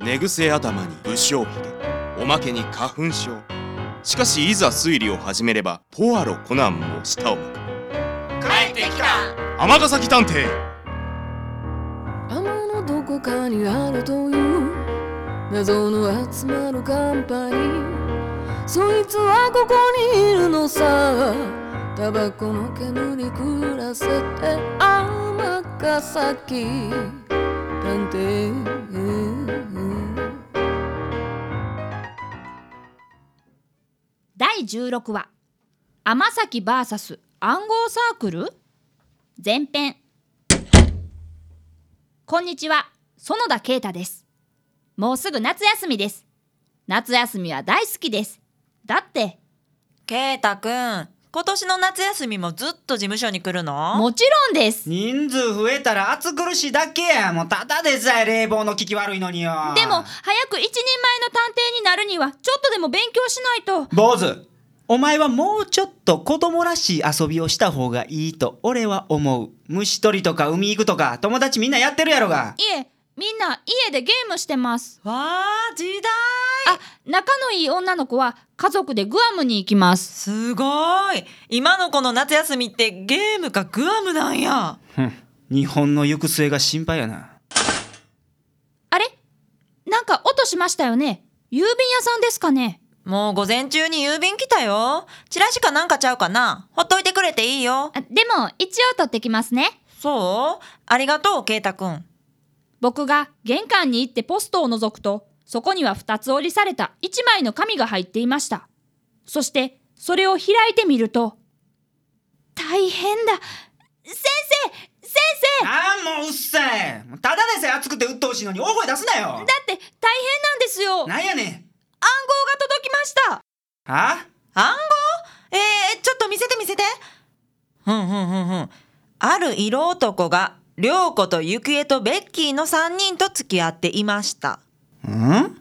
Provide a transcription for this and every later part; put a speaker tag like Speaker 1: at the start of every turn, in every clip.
Speaker 1: 寝癖頭に不祥髭おまけに花粉症しかしいざ推理を始めればポアロコナンも舌を巻く
Speaker 2: 帰ってきた
Speaker 1: 尼崎探偵
Speaker 3: 雨のどこかにあるという謎の集まるカンパニーそいつはここにいるのさタバコの煙に暮らせて天ヶ崎探偵
Speaker 4: 第16話「天崎 VS 暗号サークル」前編こんにちは園田啓太ですもうすぐ夏休みです夏休みは大好きですだって
Speaker 2: ケイタくん今年の夏休みもずっと事務所に来るの
Speaker 4: もちろんですで
Speaker 5: 人数増えたら暑苦しいだけやもうただでさえ冷房の効き悪いのによ
Speaker 4: も早く一人前の探偵になるにはちょっとでも勉強しないと
Speaker 5: 坊主お前はもうちょっと子供らしい遊びをした方がいいと俺は思う虫取りとか海行くとか友達みんなやってるやろが
Speaker 4: いえみんな家でゲームしてます
Speaker 2: わあ時代
Speaker 4: あ仲のいい女の子は家族でグアムに行きます
Speaker 2: すごい今の子の夏休みってゲームかグアムなんや
Speaker 5: ふん日本の行く末が心配やな
Speaker 4: あれなんか音しましたよね郵便屋さんですかね
Speaker 2: もう午前中に郵便来たよチラシかなんかちゃうかなほっといてくれていいよ
Speaker 4: あでも一応取ってきますね
Speaker 2: そうありがとうケイタくん
Speaker 4: 僕が玄関に行ってポストを覗くとそこには2つ折りされた1枚の紙が入っていましたそしてそれを開いてみると大変だ先生先生だ
Speaker 5: ああもううっさいもうただでさえ暑くて鬱陶しいのに大声出すなよ
Speaker 4: って大変なんですよ暗号が
Speaker 5: なんやねん
Speaker 4: 届きました
Speaker 5: あ
Speaker 2: 暗号えー、ちょっと見せて見せてふんふんふんふんある色男が涼子と幸恵とベッキーの3人と付き合っていました
Speaker 5: うん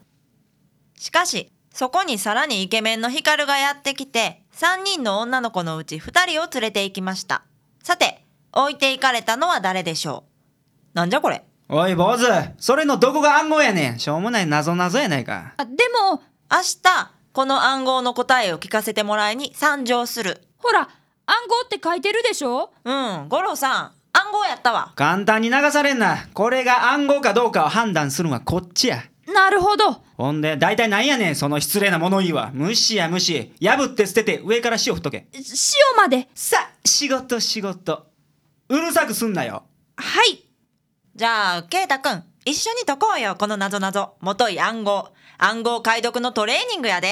Speaker 2: しかしそこにさらにイケメンのヒカルがやってきて3人の女の子のうち2人を連れて行きましたさて置いていかれたのは誰でしょうなんじゃこれ
Speaker 5: おい坊主それのどこが暗号やねんしょうもない謎謎やないか
Speaker 4: あでも
Speaker 2: 明日この暗号の答えを聞かせてもらいに参上する
Speaker 4: ほら暗号って書いてるでしょ
Speaker 2: うん五郎さん暗号やったわ
Speaker 5: 簡単に流されんなこれが暗号かどうかを判断するのはこっちや
Speaker 4: なるほど
Speaker 5: ほんで大体なんやねんその失礼な物言いは無視や無視破って捨てて上から塩振っとけ
Speaker 4: 塩まで
Speaker 5: さ仕事仕事うるさくすんなよ
Speaker 4: はい
Speaker 2: じゃあ圭太くん一緒に解こうよこのなぞなぞもとい暗号暗号解読のトレーニングやで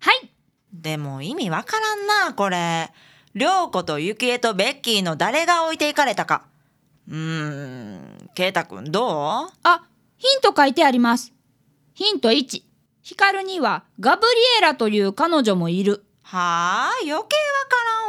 Speaker 4: はい
Speaker 2: でも意味わからんなこれ涼子と幸恵とベッキーの誰が置いていかれたかうーん圭太くんどう
Speaker 4: あ、ヒント書いてあります。ヒント1。ヒカルにはガブリエラという彼女もいる。
Speaker 2: はあ余計わか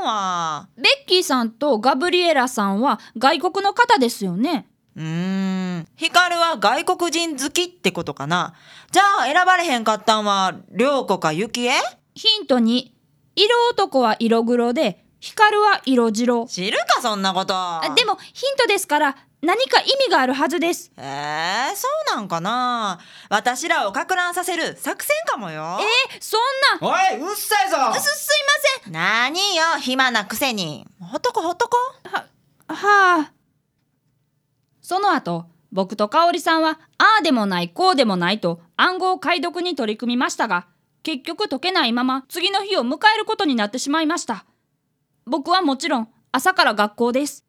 Speaker 2: らんわ
Speaker 4: ベッキーさんとガブリエラさんは外国の方ですよね。
Speaker 2: うーんヒカルは外国人好きってことかなじゃあ選ばれへんかったんは涼子か幸恵
Speaker 4: ヒント2。色男は色黒で、ヒカルは色白。
Speaker 2: 知るかそんなこと
Speaker 4: あでもヒントですから何か意味があるはずです。
Speaker 2: えー、そうなんかな私らをか乱させる作戦かもよ
Speaker 4: え、そんな、
Speaker 5: おいうっさいぞ
Speaker 4: す、すい
Speaker 2: 何よ暇なくせにほっとこほっとこ
Speaker 4: ません。はあ。その後、僕と香織さんは、ああでもない、こうでもないと暗号解読に取り組みましたが、結局解けないまま次の日を迎えることになってしまいました。僕はもちろん朝から学校です。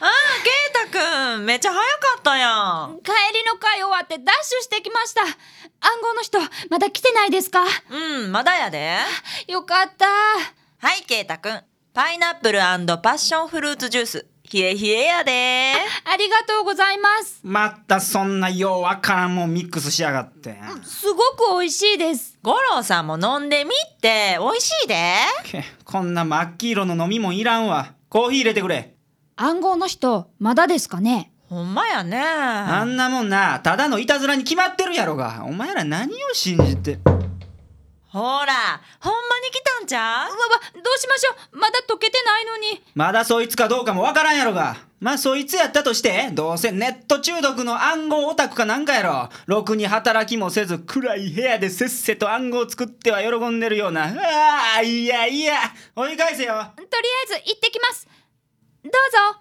Speaker 2: ああ、ケイタくん、めっちゃ早かったやん。
Speaker 4: 帰りの会終わってダッシュしてきました。暗号の人、まだ来てないですか
Speaker 2: うん、まだやで。
Speaker 4: よかった。
Speaker 2: はい、ケイタくん。パイナップルパッションフルーツジュース。冷え冷えやで。
Speaker 4: ありがとうございます。
Speaker 5: またそんなようわからんもんミックスしやがって
Speaker 4: すごく美味しいです。
Speaker 2: 五郎さんも飲んでみって、美味しいで。
Speaker 5: けこんな真っ黄色の飲みもいらんわコーヒー入れてくれ
Speaker 4: 暗号の人、まだですかね
Speaker 2: ほんまやね。
Speaker 5: あんなもんなただのいたずらに決まってるやろがお前ら何を信じて
Speaker 2: ほら、ほんまに来たんちゃう
Speaker 4: うわわどうしましょうまだ溶けてないのに
Speaker 5: まだそいつかどうかもわからんやろが。まあそいつやったとして、どうせネット中毒の暗号オタクかなんかやろ。ろくに働きもせず暗い部屋でせっせと暗号作っては喜んでるような。ああ、いやいや、追い返せよ。
Speaker 4: とりあえず行ってきますどうぞ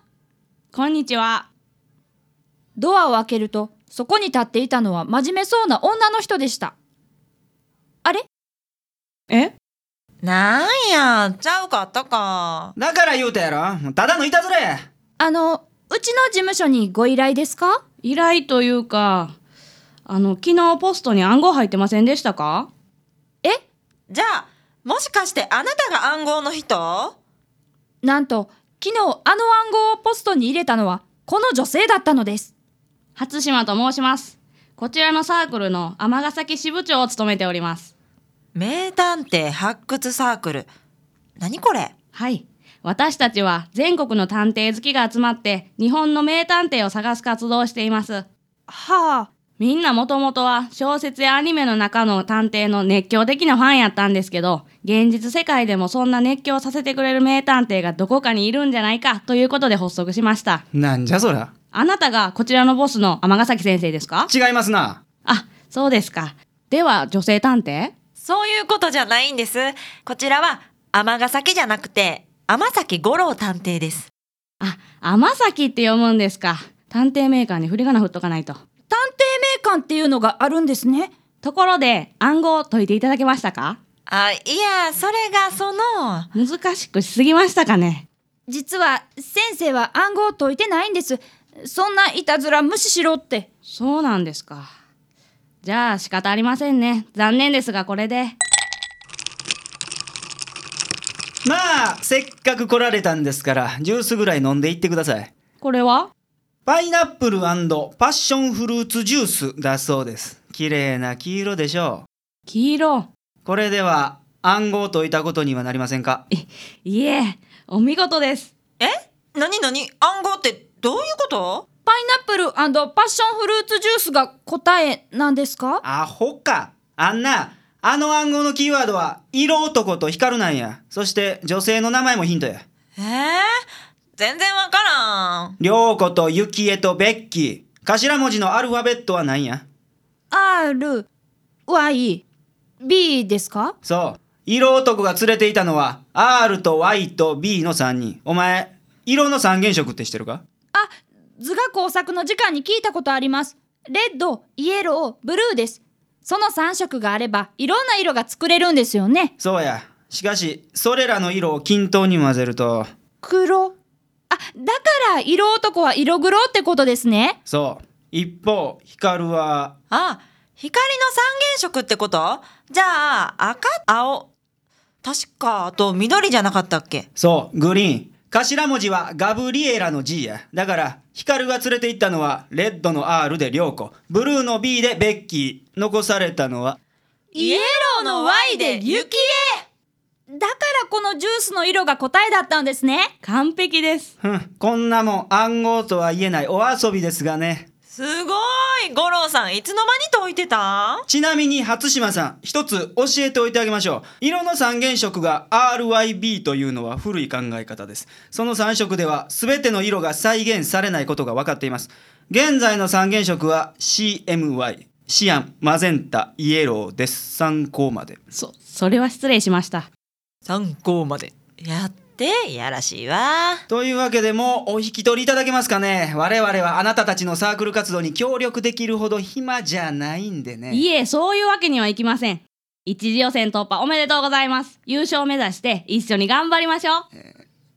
Speaker 4: こんにちはドアを開けるとそこに立っていたのは真面目そうな女の人でしたあれ
Speaker 6: え
Speaker 2: なんや、ちゃうかったか。
Speaker 5: だから言うたやろ。ただのいたずらや。
Speaker 4: あのうちの事務所にご依頼ですか
Speaker 6: 依頼というかあの昨日ポストに暗号入ってませんでしたか
Speaker 4: え
Speaker 2: じゃあ、もしかしてあなたが暗号の人
Speaker 4: なんと昨日あの暗号をポストに入れたのはこの女性だったのです
Speaker 6: 初島と申しますこちらのサークルの尼崎支部長を務めております
Speaker 2: 名探偵発掘サークル。何これ
Speaker 6: はい私たちは全国の探偵好きが集まって日本の名探偵を探す活動をしていますはあみんなもともとは小説やアニメの中の探偵の熱狂的なファンやったんですけど現実世界でもそんな熱狂させてくれる名探偵がどこかにいるんじゃないかということで発足しました
Speaker 5: なんじゃそら。
Speaker 6: あなたがこちらのボスの天崎先生ですか
Speaker 5: 違いますな。
Speaker 6: あ、そうですか。では、女性探偵
Speaker 2: そういうことじゃないんです。こちらは、尼崎じゃなくて、天崎五郎探偵です。
Speaker 6: あ、天崎って読むんですか。探偵メーカーに振り仮名振っとかないと。
Speaker 4: 探偵名鑑っていうのがあるんですね
Speaker 6: ところで、暗号を解いていただけましたか
Speaker 2: あ、いや、それがその、
Speaker 6: 難しくしすぎましたかね。
Speaker 4: 実は先生は暗号を解いてないんですそんないたずら無視しろって
Speaker 6: そうなんですか。じゃあ、仕方ありませんね。残念ですが、これで。
Speaker 5: まあ、せっかく来られたんですから、ジュースぐらい飲んでいってください。
Speaker 6: これは
Speaker 5: パイナップルパッションフルーツジュースだそうです。綺麗な黄色でしょ
Speaker 6: 黄色。
Speaker 5: う。これでは暗号を解いたことにはなりませんか
Speaker 6: いえ、お見事です。
Speaker 2: え何何暗号ってどういうこと
Speaker 4: パイナップルパッションフルーツジュースが答えなんですか
Speaker 5: アホか。あんな、あの暗号のキーワードは、色男と光るなんや。そして、女性の名前もヒントや。
Speaker 2: えー、全然わからん。
Speaker 5: 涼子と雪江とベッキー。頭文字のアルファベットは何や
Speaker 4: RYB ですか
Speaker 5: そう。色男が連れていたのは、R と Y と B の3人。お前、色の三原色って知ってるか
Speaker 4: 図画工作の時間に聞いたことありますレッドイエローブルーですその3色があればいろんな色が作れるんですよね
Speaker 5: そうや。しかし、それらの色を均等に混ぜると、
Speaker 4: 黒あだから色男は色黒ってことですね
Speaker 5: そう。一方、光は、
Speaker 2: あ、光の三原色ってことじゃあ、赤、青。確か、あと緑じゃなかったっけ
Speaker 5: そう、グリーン。頭文字はガブリエラの G や。だから、ヒカルが連れて行ったのは、レッドの R で涼子、ブルーの B でベッキー、残されたのは、
Speaker 4: イエローの Y で雪絵だからこのジュースの色が答えだったんですね
Speaker 6: 完璧です。
Speaker 5: ふん、こんなもん暗号とは言えないお遊びですがね。
Speaker 2: すごい五郎さん、いつの間に解いてた
Speaker 5: ちなみに、初島さん、一つ教えておいてあげましょう。色の三原色が RYB というのは古い考え方です。その三色では、すべての色が再現されないことが分かっています。現在の三原色は CMY、シアン、マゼンタ、イエローです。参考まで。
Speaker 6: そ、それは失礼しました。
Speaker 2: 参考まで。やって、いやらしいわ。
Speaker 5: というわけでもうお引き取りいただけますかね。我々はあなたたちのサークル活動に協力できるほど暇じゃないんでね。
Speaker 6: いえ、そういうわけにはいきません。一次予選突破おめでとうございます。優勝目指して一緒に頑張りましょう。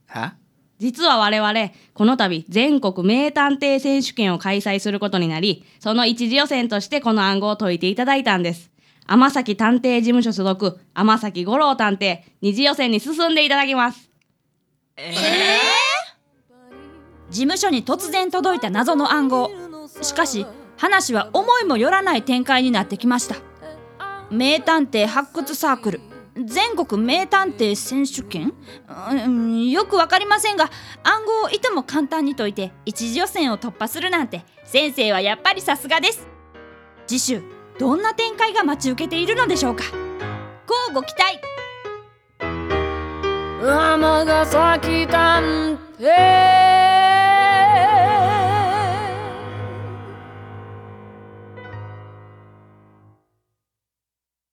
Speaker 5: は
Speaker 6: 実は我々、この度全国名探偵選手権を開催することになり、その一次予選としてこの暗号を解いていただいたんです。天崎探偵事務所所属、天崎五郎探偵、二次予選に進んでいただきます。
Speaker 4: 事務所に突然届いた謎の暗号しかし話は思いもよらない展開になってきました名探偵発掘サークル全国名探偵選手権、うん、よくわかりませんが暗号をいとも簡単に解いて一次予選を突破するなんて先生はやっぱりさすがです次週どんな展開が待ち受けているのでしょうか乞うご期待
Speaker 3: 尼崎探偵